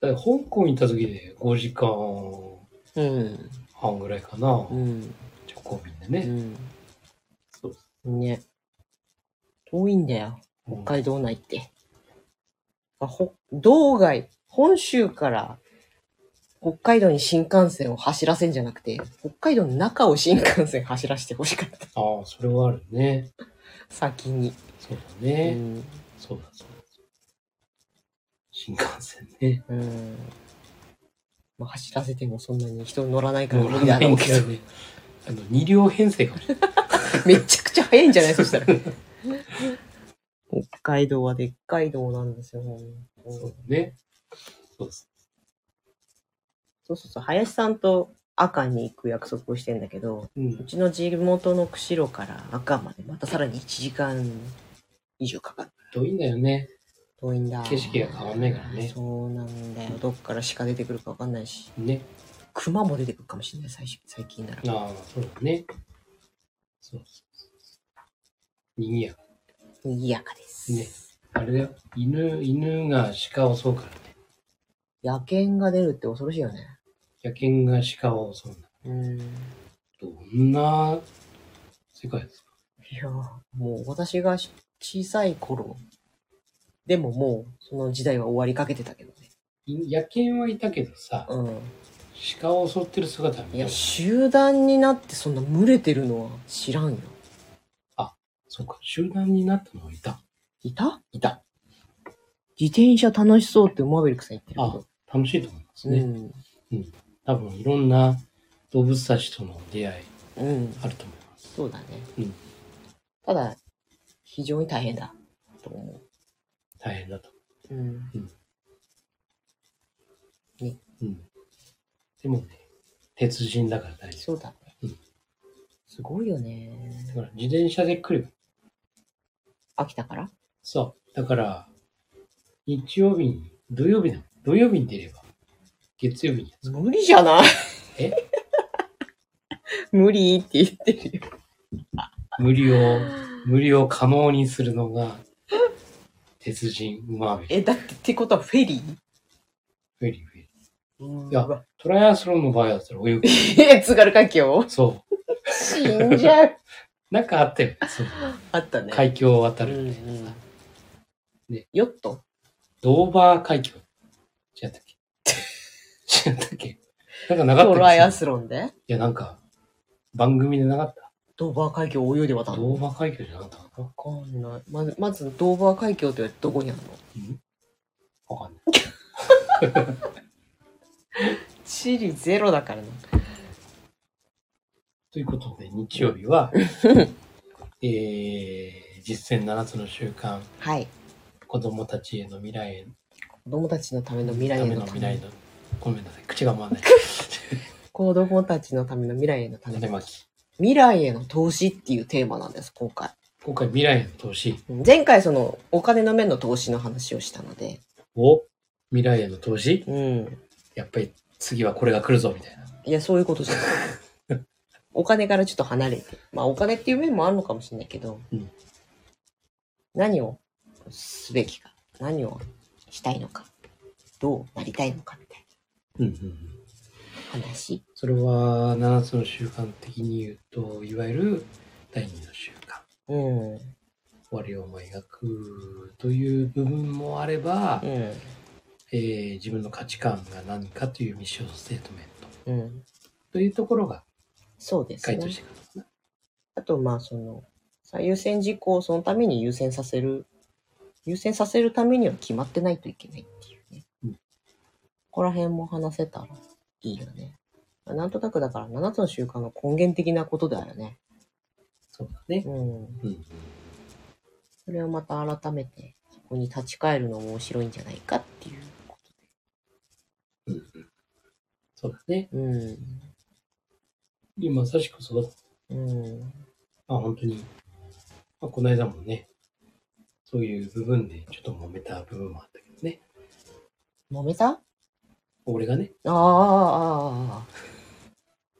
Speaker 3: だから香港行った時で5時間
Speaker 2: うん。
Speaker 3: 半ぐらいかな
Speaker 2: う。ん。
Speaker 3: 直行便でね。そうそ
Speaker 2: うん。ね。遠いんだよ。
Speaker 3: う
Speaker 2: 北海道内って。あほ道外、本州から北海道に新幹線を走らせんじゃなくて、北海道の中を新幹線走らせてほしかった。
Speaker 3: ああ、それはあるね。
Speaker 2: 先に。
Speaker 3: そうだ
Speaker 2: う
Speaker 3: ね。
Speaker 2: ん。
Speaker 3: そうだそうだ。新幹線ね。
Speaker 2: うん。まあ、走らせてもそんなに人乗らないから
Speaker 3: 乗
Speaker 2: 無
Speaker 3: ら
Speaker 2: 理だ
Speaker 3: ない
Speaker 2: ろ
Speaker 3: ん
Speaker 2: う
Speaker 3: だ
Speaker 2: け
Speaker 3: けど
Speaker 2: ど。
Speaker 3: ね。あの、二両編成かもしれない。
Speaker 2: めちゃくちゃ早いんじゃないそした ら。北海道はでっかい道なんですよ。
Speaker 3: そう
Speaker 2: そ
Speaker 3: だね。そう
Speaker 2: そ
Speaker 3: そう
Speaker 2: うそうそう、林さんと赤に行く約束をしてんだけど、
Speaker 3: う。
Speaker 2: うんちの地元の釧路から赤までまたさらに1時間以上かかる。
Speaker 3: 遠いんだよね。
Speaker 2: 遠いんだ。
Speaker 3: 景色が変わんないからね
Speaker 2: そうなんだよ。どっから鹿出てくるかわかんないし、
Speaker 3: ね。
Speaker 2: 熊も出てくるかもしれない、最初最近なら。
Speaker 3: ああ、そうだね。そうそうそう。賑やか。
Speaker 2: 賑やかです。
Speaker 3: ね。あれだよ。犬、犬が鹿を襲うからね。
Speaker 2: 野犬が出るって恐ろしいよね。
Speaker 3: 野犬が鹿を襲うんだ。
Speaker 2: うん。い
Speaker 3: どんな世界ですか
Speaker 2: や、もう私がし小さい頃、でももうその時代は終わりかけてたけどね。
Speaker 3: い野犬はいたけどさ、
Speaker 2: うん。
Speaker 3: 鹿を襲ってる姿はい見
Speaker 2: や、
Speaker 3: たし。
Speaker 2: 集団になってそんな群れてるのは知らんよ。
Speaker 3: そうか、集団になったのはいた。
Speaker 2: いた
Speaker 3: いた。
Speaker 2: 自転車楽しそうってマーベリックさん言ってる
Speaker 3: あ
Speaker 2: け
Speaker 3: 楽しいと思います
Speaker 2: ど。
Speaker 3: ね。多分いろんな動物たちとの出会い
Speaker 2: うん。うん。
Speaker 3: あると思います。
Speaker 2: そうだね。
Speaker 3: うん
Speaker 2: ただ、非常に大変だ。と思
Speaker 3: 大変だと。
Speaker 2: う。うん。
Speaker 3: うん。でもね、鉄人だから大丈
Speaker 2: そうだね。
Speaker 3: うん
Speaker 2: すごいよね。
Speaker 3: 夫。だから自転車で来る。
Speaker 2: 秋田から
Speaker 3: そう。だから、日曜日に、土曜日だ。土曜日に出れば、月曜日に。
Speaker 2: 無理じゃない
Speaker 3: え
Speaker 2: 無理って言ってるよ。
Speaker 3: 無理を、無理を可能にするのが、鉄人、マーベル。
Speaker 2: え、だってってことはフェリー
Speaker 3: フェリーフェリー。
Speaker 2: うん
Speaker 3: いや トライアスロンの場合だったら泳ぐ。
Speaker 2: え、津軽海峡
Speaker 3: そう。
Speaker 2: 死んじゃう。
Speaker 3: なんかあったよね。そう
Speaker 2: あったね。
Speaker 3: 海峡を渡
Speaker 2: う
Speaker 3: る
Speaker 2: ん
Speaker 3: みたいなさ。
Speaker 2: うん
Speaker 3: ね
Speaker 2: ヨット
Speaker 3: ドーバー海峡。違ったっけ違ったっけなんかなかったっ
Speaker 2: ト
Speaker 3: け
Speaker 2: ライアスロンで
Speaker 3: いや、なんか、番組でなかった。
Speaker 2: ドーバー海峡を泳いで渡るの
Speaker 3: ドーバー海峡じゃなかったかな
Speaker 2: わかんない。まず、まず、ドーバー海峡ってどこにあるの
Speaker 3: わかんない。
Speaker 2: 地理ゼロだからな。
Speaker 3: ということで、日曜 日は、えー、実践7つの習慣、
Speaker 2: はい。
Speaker 3: 子供たちへの未来への
Speaker 2: 子供たちのための未来
Speaker 3: た
Speaker 2: へ
Speaker 3: め
Speaker 2: の
Speaker 3: の
Speaker 2: た
Speaker 3: 未
Speaker 2: め
Speaker 3: 来の、ごめんなさい、口が回らない。
Speaker 2: 子供たちのための未来へのため
Speaker 3: 種まき。
Speaker 2: 未来への投資っていうテーマなんです、今回。
Speaker 3: 今回、未来への投資
Speaker 2: 前回その、お金の面の投資の話をしたので、
Speaker 3: を、未来への投資
Speaker 2: うん。
Speaker 3: やっぱり次はこれが来るぞ、みたいな。
Speaker 2: いや、そういうことじゃない。 お金からちょっと離れて。まあ、お金っていう面もあるのかもしれないけど、
Speaker 3: うん
Speaker 2: 何をすべきか、何をしたいのか、どうなりたいのかみたい
Speaker 3: うんうんうん。
Speaker 2: な話。
Speaker 3: それは、7つの習慣的に言うと、いわゆる第2の習慣。
Speaker 2: うん。うん。
Speaker 3: 我を思い描くという部分もあれば、えー自分の価値観が何かというミッションステートメント
Speaker 2: うん。
Speaker 3: というところが
Speaker 2: そうです
Speaker 3: 該当
Speaker 2: ね
Speaker 3: し。てくるんですね。
Speaker 2: あと、まあ、その、最優先事項をそのために優先させる、優先させるためには決まってないといけないっていうね。こら辺も話せたらいいよね。なんとなくだから7つの習慣の根源的なことだよね。
Speaker 3: そうだね。
Speaker 2: うん。
Speaker 3: うん。
Speaker 2: それをまた改めて、そこに立ち返るのも面白いんじゃないかっていう。
Speaker 3: そうだね。
Speaker 2: うん。
Speaker 3: 今、まさしくそうだ。
Speaker 2: うん。
Speaker 3: まあ、本当に。まあ、この間もね、そういう部分でちょっと揉めた部分もあったけどね。
Speaker 2: 揉めたあ
Speaker 3: 俺がね、
Speaker 2: あ、ああ、ああ。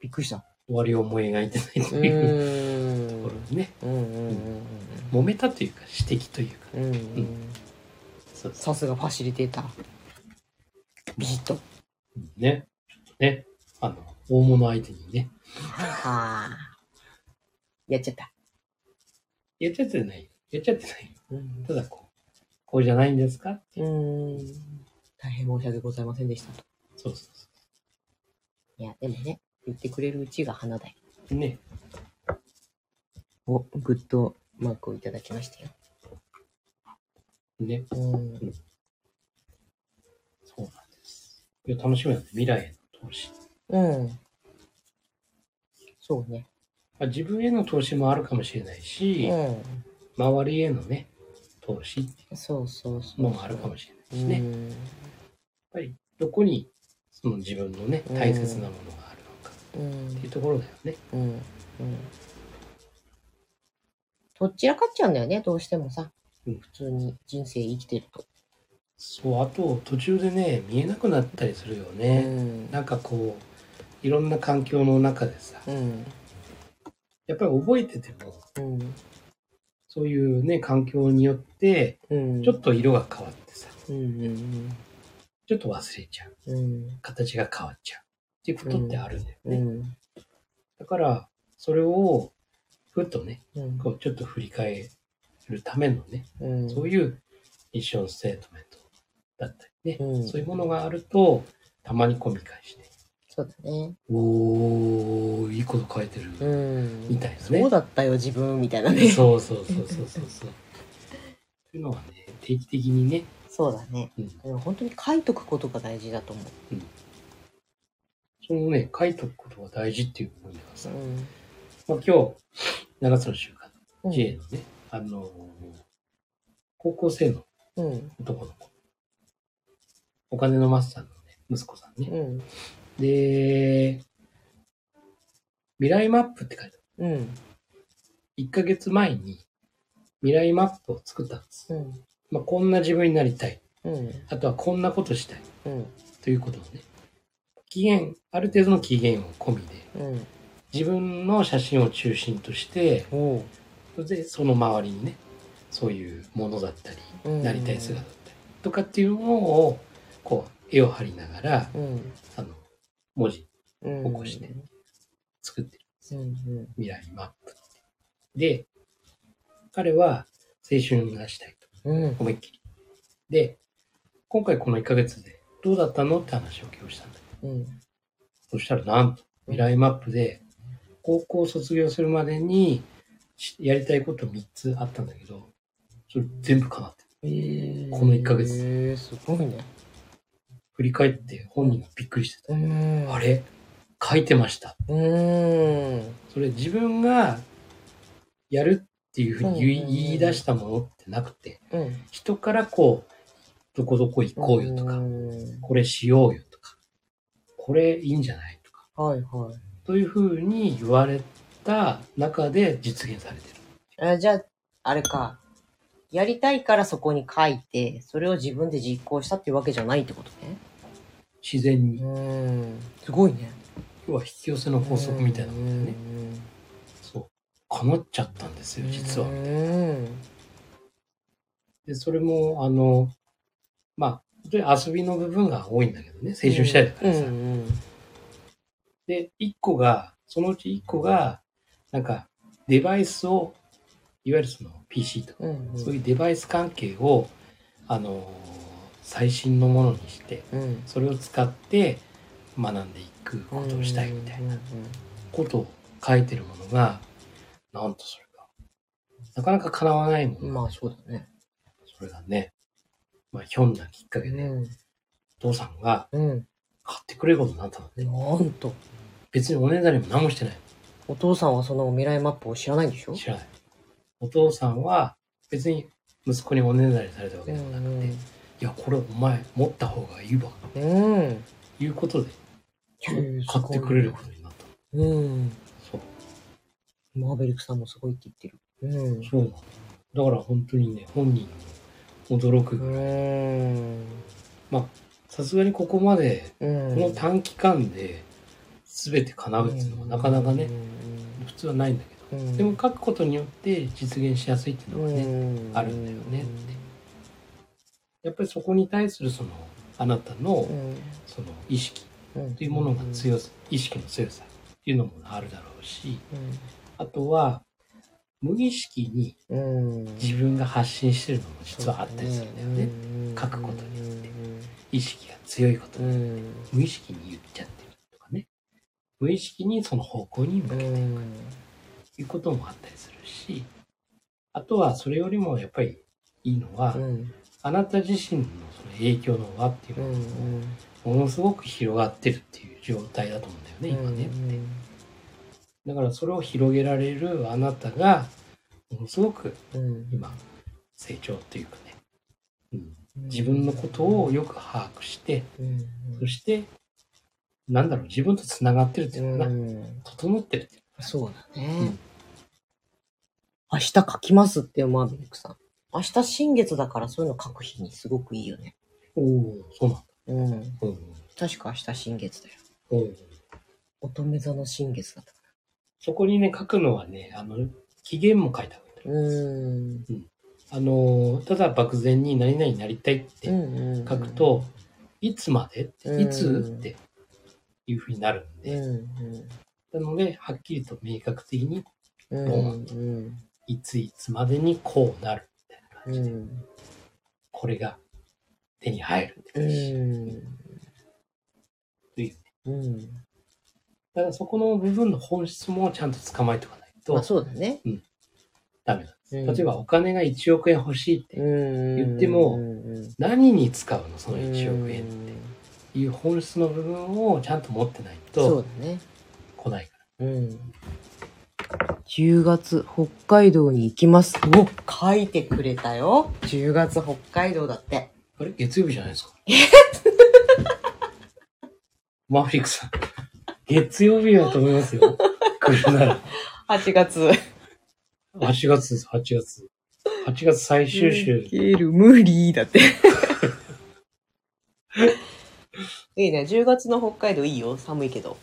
Speaker 2: びっくり した。
Speaker 3: 終わりを思い描いてないと
Speaker 2: う
Speaker 3: いう
Speaker 2: ー
Speaker 3: と
Speaker 2: ん
Speaker 3: こ。ろでね、
Speaker 2: うんうん
Speaker 3: 揉めたというか、指摘というか、
Speaker 2: うんうん。うんうん。
Speaker 3: そうそ
Speaker 2: さすがファシリテーター。ビシッと。
Speaker 3: うね。ちょっとね、あの、大物相手にね、
Speaker 2: はあ。やっちゃった。
Speaker 3: やっちゃってない。やっちゃってない。
Speaker 2: うん。
Speaker 3: ただこう、こうじゃないんですかっていう
Speaker 2: ーん。大変申し訳ございませんでしたと。
Speaker 3: そうそうそ
Speaker 2: いや、でもね、言ってくれるうちが花だよ。
Speaker 3: う。ね。
Speaker 2: お、グッドマークをいただきましたよ。
Speaker 3: ね。
Speaker 2: うん。
Speaker 3: そうなんです。いや、楽しみだね。未来への投資。
Speaker 2: うん。そうね。
Speaker 3: まあ、自分への投資もあるかもしれないし、
Speaker 2: う
Speaker 3: 周りへのね、投資ってい
Speaker 2: ん。そうそうそうう。
Speaker 3: のもあるかもしれないしね。
Speaker 2: う
Speaker 3: やっ
Speaker 2: ん。
Speaker 3: ぱり、どこに、その自分のね、
Speaker 2: うん
Speaker 3: 大切なものがあるのか
Speaker 2: う
Speaker 3: ってい
Speaker 2: ん。
Speaker 3: うところだよね。
Speaker 2: うん。うん。どっちらかっちゃうんだよね、どうしてもさ。
Speaker 3: うん
Speaker 2: 普通に人生生きてると。
Speaker 3: そう、あと、途中でね、見えなくなったりするよ
Speaker 2: う
Speaker 3: ね。
Speaker 2: ん。
Speaker 3: なんかこう、いろんな環境の中でさ、
Speaker 2: うん。
Speaker 3: やっぱり覚えてても、
Speaker 2: うん。
Speaker 3: そういうね、環境によって、
Speaker 2: うん。
Speaker 3: ちょっと色が変わってさ、
Speaker 2: うんうん
Speaker 3: ちょっと忘れちゃう。
Speaker 2: うん。うん。
Speaker 3: 形が変わっちゃう。っていうことってあるんだよ
Speaker 2: う
Speaker 3: ね。
Speaker 2: ん。
Speaker 3: だから、それを、ふっとね、
Speaker 2: うん
Speaker 3: こうちょっと振り返るためのね、
Speaker 2: うん
Speaker 3: そういうミッションステートメントだったりね、
Speaker 2: うん
Speaker 3: そういうものがあると、たまにこう見返して、
Speaker 2: そうだね。
Speaker 3: おー、いいこと書いてる、
Speaker 2: うん。
Speaker 3: みたいなね。
Speaker 2: そうだったよ、自分、みたいなね。
Speaker 3: そうそうそうそうそうそう。というのはね、定期的にね、
Speaker 2: そうだね。
Speaker 3: うん
Speaker 2: でも本当に書いとくことが大事だと思
Speaker 3: そのね、書いとくことが大事っていう思いがさ
Speaker 2: う。、うん。
Speaker 3: まあ、今日、7つの習慣、
Speaker 2: うん
Speaker 3: J のね、あのー高校生の
Speaker 2: うん。
Speaker 3: 男の子。お金のマスターのね、息子さんね。
Speaker 2: うん。
Speaker 3: で、未来マップって書いてある。
Speaker 2: うん。
Speaker 3: 1ヶ月前に未来マップを作ったんです。
Speaker 2: うん。
Speaker 3: まあ、こんな自分になりたい。
Speaker 2: うん。
Speaker 3: あとはこんなことしたい。
Speaker 2: うん。
Speaker 3: ということをね。期限、ある程度の期限を込みで、
Speaker 2: うん。
Speaker 3: 自分の写真を中心として、
Speaker 2: おう。
Speaker 3: で、その周りにね、そういうものだったり、
Speaker 2: うん
Speaker 3: なりたい姿だったり、とかっていうのを、こう、絵を貼りながら、
Speaker 2: うん。
Speaker 3: あの、文字
Speaker 2: うん。
Speaker 3: 起こして作ってる
Speaker 2: うん。うん。
Speaker 3: 未来マップって。で、彼は青春がしたいと。
Speaker 2: うん。
Speaker 3: 思いっきり。で、今回この1ヶ月でどうだったのって話を今日したんだけど。
Speaker 2: うん。
Speaker 3: そしたらなんと、未来マップで、高校を卒業するまでにしやりたいこと3つあったんだけど、それ全部叶ってる。
Speaker 2: えー
Speaker 3: この一ヶ月
Speaker 2: えー、すごいね。
Speaker 3: 振り返って本人がびっくりしてた。
Speaker 2: うん。
Speaker 3: あれ書いてました。
Speaker 2: うん。
Speaker 3: それ自分がやるっていうふうに言い,、
Speaker 2: うんうんうん
Speaker 3: 言い出したものってなくて、
Speaker 2: うん。
Speaker 3: 人からこう、どこどこ行こうよとか、
Speaker 2: ん
Speaker 3: これしようよとか、これいいんじゃないとか、
Speaker 2: はいはい。
Speaker 3: というふうに言われた中で実現されてる。
Speaker 2: えじゃあ、あれか。やりたいからそこに書いて、それを自分で実行したっていうわけじゃないってことね。
Speaker 3: 自然に。
Speaker 2: うん。すごいね。
Speaker 3: 要は引き寄せの法則みたいなもんだよね。
Speaker 2: ね。
Speaker 3: そう。叶っちゃったんですよ、実は
Speaker 2: う。ん。
Speaker 3: で、それも、あの、まあ、本当に遊びの部分が多いんだけどね、青春したいだからさ。
Speaker 2: うん
Speaker 3: で、1個が、そのうち1個が、なんか、デバイスを、いわゆるその PC とか、
Speaker 2: うん。うん。
Speaker 3: そういうデバイス関係を、あのー最新のものにして、
Speaker 2: うん。
Speaker 3: それを使って学んでいくことをしたいみたいな
Speaker 2: うん
Speaker 3: ことを書いてるものが、なんとそれが、なかなか叶わないも
Speaker 2: うんうん
Speaker 3: の。
Speaker 2: まあそうだね。
Speaker 3: それがね、まあ、ひょんなきっかけで、お父さんが
Speaker 2: うん。
Speaker 3: 買ってくれることになったのね。
Speaker 2: なんと。
Speaker 3: 別におねだりも何もしてない。
Speaker 2: お父さんはその未来マップを知らないんでしょ
Speaker 3: 知らない。お父さんは別に息子におねだりされたわ
Speaker 2: う
Speaker 3: けでもなくて、い
Speaker 2: ん。
Speaker 3: や、これお前持った方がいいわ。
Speaker 2: うん。
Speaker 3: いうことで、
Speaker 2: へえ
Speaker 3: 買ってくれることになった。
Speaker 2: うん。
Speaker 3: そう。
Speaker 2: マーベリックさんもすごいって言ってる。うん。
Speaker 3: そうなの。だから本当にね、本人も驚く
Speaker 2: う
Speaker 3: ぐらい。
Speaker 2: ん。
Speaker 3: さすがにここまで、
Speaker 2: うん。
Speaker 3: この短期間で全て叶うっていうのはなかなかね、普通はないんだけど。
Speaker 2: うん。うん
Speaker 3: でも書くことによって実現しやすいっていうのがね、あるんだよねってやっぱりそこに対するそのあなたの
Speaker 2: う
Speaker 3: その意識
Speaker 2: ん。
Speaker 3: というものが
Speaker 2: い。
Speaker 3: 強さ、意識の強さっていうのもあるだろうし、
Speaker 2: うん
Speaker 3: あとは無意識に
Speaker 2: うん。
Speaker 3: 自分が発信してるのも実はあったりするんだよね。
Speaker 2: うん
Speaker 3: 書くことによって意識が強いこと
Speaker 2: う
Speaker 3: に
Speaker 2: ん。
Speaker 3: 無意識に言っちゃってるとかね。無意識にその方向に向
Speaker 2: う
Speaker 3: けて
Speaker 2: ん。
Speaker 3: いうこともあったりするし、あとはそれよりもやっぱりいいのは、
Speaker 2: うん。
Speaker 3: あなた自身のその影響の輪っていう
Speaker 2: う
Speaker 3: ものも
Speaker 2: ん。
Speaker 3: ものすごく広がってるっていう状態だと思うんだよね、今ね。だからそれを広げられるあなたが、ものすごく
Speaker 2: うん。
Speaker 3: 今、成長というかね、うん、自分のことをよく把握して、
Speaker 2: うん、
Speaker 3: そして、なんだろう、自分と繋がってるっていうのか
Speaker 2: う
Speaker 3: な、
Speaker 2: ん
Speaker 3: 整ってるっていう
Speaker 2: そうだね。
Speaker 3: うん
Speaker 2: 明日書きますってよ、マーベリックさん。明日新月だからそういうの書く日にすごくいいよね。
Speaker 3: おおーそうなん
Speaker 2: うん。
Speaker 3: だ。うん
Speaker 2: 確か明日新月だよ。
Speaker 3: うんうん
Speaker 2: 乙女座の新月だったか
Speaker 3: そこにね、書くのはね、あの、期限も書いた方がいいんだ
Speaker 2: ら。
Speaker 3: よ
Speaker 2: うん。
Speaker 3: あの、ただ漠然に何々になりたいって
Speaker 2: うん
Speaker 3: 書く、と、いつまでっていつ
Speaker 2: うん
Speaker 3: っていうふうになるん
Speaker 2: うん
Speaker 3: で、
Speaker 2: うん。
Speaker 3: なので、はっきりと明確的に、
Speaker 2: うんうん。
Speaker 3: いついつまでにこうなるみたいな
Speaker 2: う
Speaker 3: 感じで、
Speaker 2: ん。
Speaker 3: これが手に入るって
Speaker 2: う
Speaker 3: 感じ。
Speaker 2: ん。
Speaker 3: という
Speaker 2: うん。
Speaker 3: だからそこの部分の本質もちゃんと捕まえておかない
Speaker 2: まあ
Speaker 3: と
Speaker 2: そうだね。
Speaker 3: ダメなんです。
Speaker 2: 例
Speaker 3: 例えば、お金が1億円欲しいって、
Speaker 2: 言
Speaker 3: っても
Speaker 2: うん、
Speaker 3: 何に使うのその1億円っていう本質の部分をちゃんと持ってない
Speaker 2: そう
Speaker 3: と
Speaker 2: だね。
Speaker 3: 来ないから。
Speaker 2: うん。10月、北海道に行きます。お書いてくれたよ。10月、北海道だって。
Speaker 3: あれ月曜日じゃないですか マーフィックさん。月曜日だと思いま すよ。来るなら。
Speaker 2: 8月。
Speaker 3: 8月です、8月。8月最終週。
Speaker 2: ゲール、無理だって。 いいね。10月の北海道いいよ。寒いけど。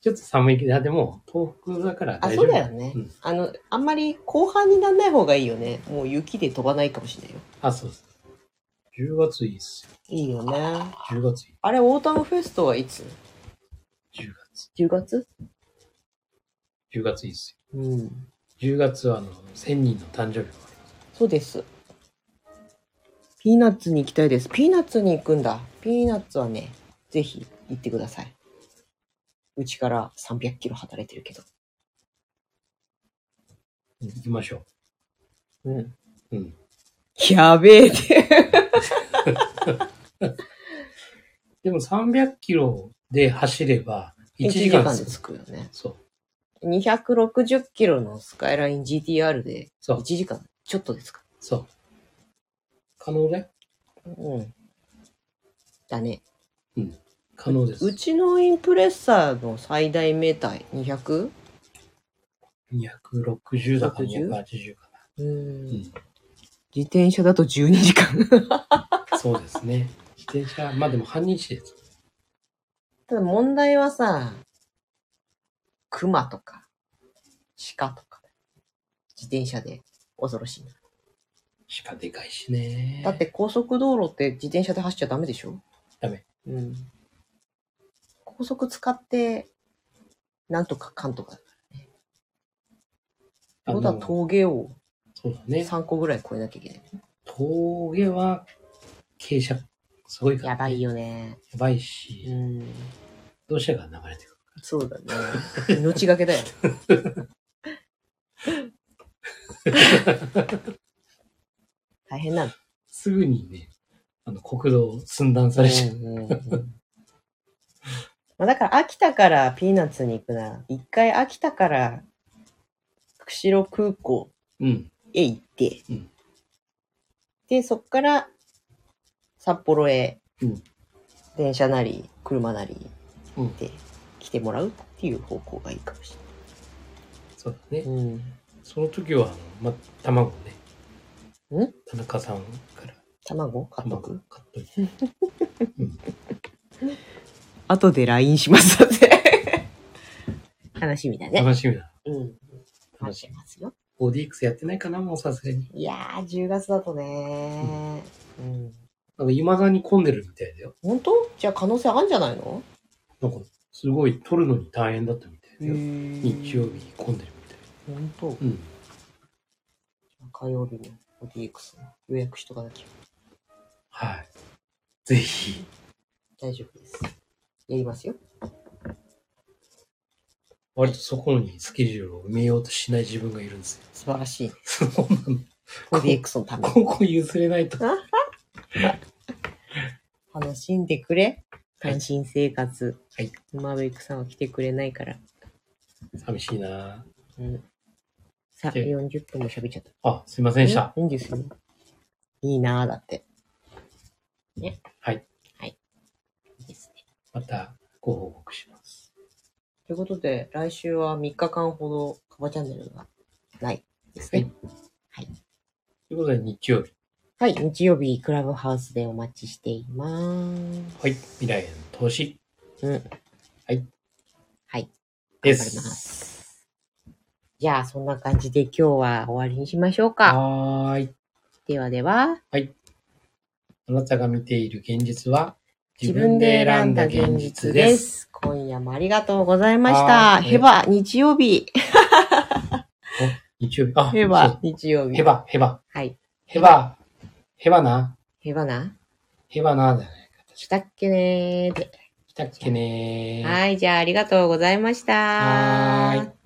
Speaker 3: ちょっと寒いけど、いやでも、東北だから
Speaker 2: あ、
Speaker 3: 大
Speaker 2: そ
Speaker 3: 丈夫。
Speaker 2: うだよね。
Speaker 3: うん
Speaker 2: あの、あんまり後半にならない方がいいよね。もう雪で飛ばないかもしれないよ。
Speaker 3: あ、そうです。10月いいっす
Speaker 2: いいよね。
Speaker 3: よ。10月い
Speaker 2: あれ、オータムフェストはいつ
Speaker 3: い。10月。
Speaker 2: ?10 月
Speaker 3: 10月いいっす
Speaker 2: うん。
Speaker 3: よ。10月は、あの、1000人の誕生日があります。
Speaker 2: そうです。ピーナッツに行きたいです。ピーナッツに行くんだ。ピーナッツはね、ぜひ行ってください。うちから300キロ働いてるけど。
Speaker 3: うん行きましょ
Speaker 2: うん。
Speaker 3: う。うん。
Speaker 2: や べえって。
Speaker 3: でも300キロで走れば、1
Speaker 2: 1
Speaker 3: 時
Speaker 2: 時
Speaker 3: 間
Speaker 2: 間
Speaker 3: す
Speaker 2: で
Speaker 3: る
Speaker 2: 着くよね。
Speaker 3: そう。
Speaker 2: 260キロのスカイライン GTR で1
Speaker 3: そう。
Speaker 2: 時間ちょっとですか。
Speaker 3: そう。可能だよ。
Speaker 2: うん。だね。
Speaker 3: 可能です。
Speaker 2: うちのインプレッサーの最大メーター 200?
Speaker 3: 260だか
Speaker 2: 160
Speaker 3: 280か
Speaker 2: う
Speaker 3: な。
Speaker 2: ん。
Speaker 3: う
Speaker 2: 自転車だと12時間。
Speaker 3: ん。そうですね。自転車、まあでも半日です。
Speaker 2: ただ問題はさ、熊とか、鹿とか、自転車で恐ろしいな。
Speaker 3: しかでかいしね。
Speaker 2: だって高速道路って自転車で走っちゃダメでしょ
Speaker 3: ダメ。
Speaker 2: うん。高速使って、なんとかかんとか。
Speaker 3: あの、
Speaker 2: ことは峠を
Speaker 3: そうだね。
Speaker 2: 3個ぐらい越えなきゃいけない。
Speaker 3: 峠は傾斜、すごいから、
Speaker 2: やばい。よね。
Speaker 3: やばいうし、
Speaker 2: ん。
Speaker 3: 土砂が流れてくる。
Speaker 2: そうだね。命がけ だよ。大変なの。
Speaker 3: すぐにね、あの、国道寸断されちゃう。
Speaker 2: うんうんうんまあ、だから秋田からピーナッツに行くなら、一回秋田から釧路空港
Speaker 3: うん。
Speaker 2: へ行って、
Speaker 3: うん
Speaker 2: で、そっから札幌へ、
Speaker 3: うん
Speaker 2: 電車なり車なり
Speaker 3: うん。
Speaker 2: で来てもらうっていう方向がいいかもし
Speaker 3: そうだね
Speaker 2: れ。ない。うん。
Speaker 3: その時は、あのま、卵ね。
Speaker 2: ん
Speaker 3: 田中さんから
Speaker 2: 卵買っと
Speaker 3: 卵
Speaker 2: く
Speaker 3: 買っといて。
Speaker 2: 後で LINE しますので。 楽しみだね。
Speaker 3: 楽しみだ。
Speaker 2: うん。
Speaker 3: 楽
Speaker 2: 楽
Speaker 3: し
Speaker 2: しみますよ。
Speaker 3: み。5DX やってないかなもうさすがに。
Speaker 2: いやー、10月だとねー。うん。
Speaker 3: なんか未だに混んでるみたいだよ。
Speaker 2: 本当じゃあ可能性あるんじゃないの
Speaker 3: なんか、すごい撮るのに大変だったみたいだよ。日
Speaker 2: 日
Speaker 3: 曜。日混んでるみたい。
Speaker 2: 本当
Speaker 3: うん。
Speaker 2: 火曜日の DX 予約しとかなきゃ
Speaker 3: はい。ぜひ。
Speaker 2: 大丈夫です。やりますよ。
Speaker 3: 割とそこにスケジュールを埋めようとしない自分がいるんですよ。
Speaker 2: 素晴らしい。
Speaker 3: そうなの。
Speaker 2: 5DX のために。
Speaker 3: ここ譲れないと。
Speaker 2: 楽しんでくれ。
Speaker 3: はい
Speaker 2: 単身生活。
Speaker 3: はい。
Speaker 2: マーベリックさんは来てくれないから。
Speaker 3: 寂しいな
Speaker 2: うん。さあ、
Speaker 3: で
Speaker 2: 40分も喋っちゃった。
Speaker 3: あ、すいませんでした。
Speaker 2: えいいんですよ。いいなぁ、だって。ね。
Speaker 3: はい。
Speaker 2: はい。いいですね。
Speaker 3: またご報告します。
Speaker 2: ということで、来週は3日間ほど、カバチャンネルがないですね。
Speaker 3: ということで日曜日。
Speaker 2: はい。日曜日、クラブハウスでお待ちしています。
Speaker 3: はい。未来への投資
Speaker 2: うん。
Speaker 3: はい。
Speaker 2: はい。
Speaker 3: で。
Speaker 2: 頑張りますじゃあ、そんな感じで今日は終わりにしましょうか。
Speaker 3: はーい。
Speaker 2: ではでは。
Speaker 3: あなたが見ている現実は
Speaker 2: 自分で選んだ現実で。す。今夜もありがとうございまし
Speaker 3: は
Speaker 2: た。
Speaker 3: い
Speaker 2: ヘバ、日曜日。
Speaker 3: 日曜日。あ、
Speaker 2: ヘ
Speaker 3: そ
Speaker 2: バ
Speaker 3: う、
Speaker 2: 日曜日。
Speaker 3: ヘ。バ、ヘバ、
Speaker 2: はい。
Speaker 3: ヘバ、ヘバな、
Speaker 2: ヘバな。
Speaker 3: ヘバなだね。
Speaker 2: したっけねーで。
Speaker 3: 来たっけねー。
Speaker 2: はい、じゃあありがとうございました。
Speaker 3: はーい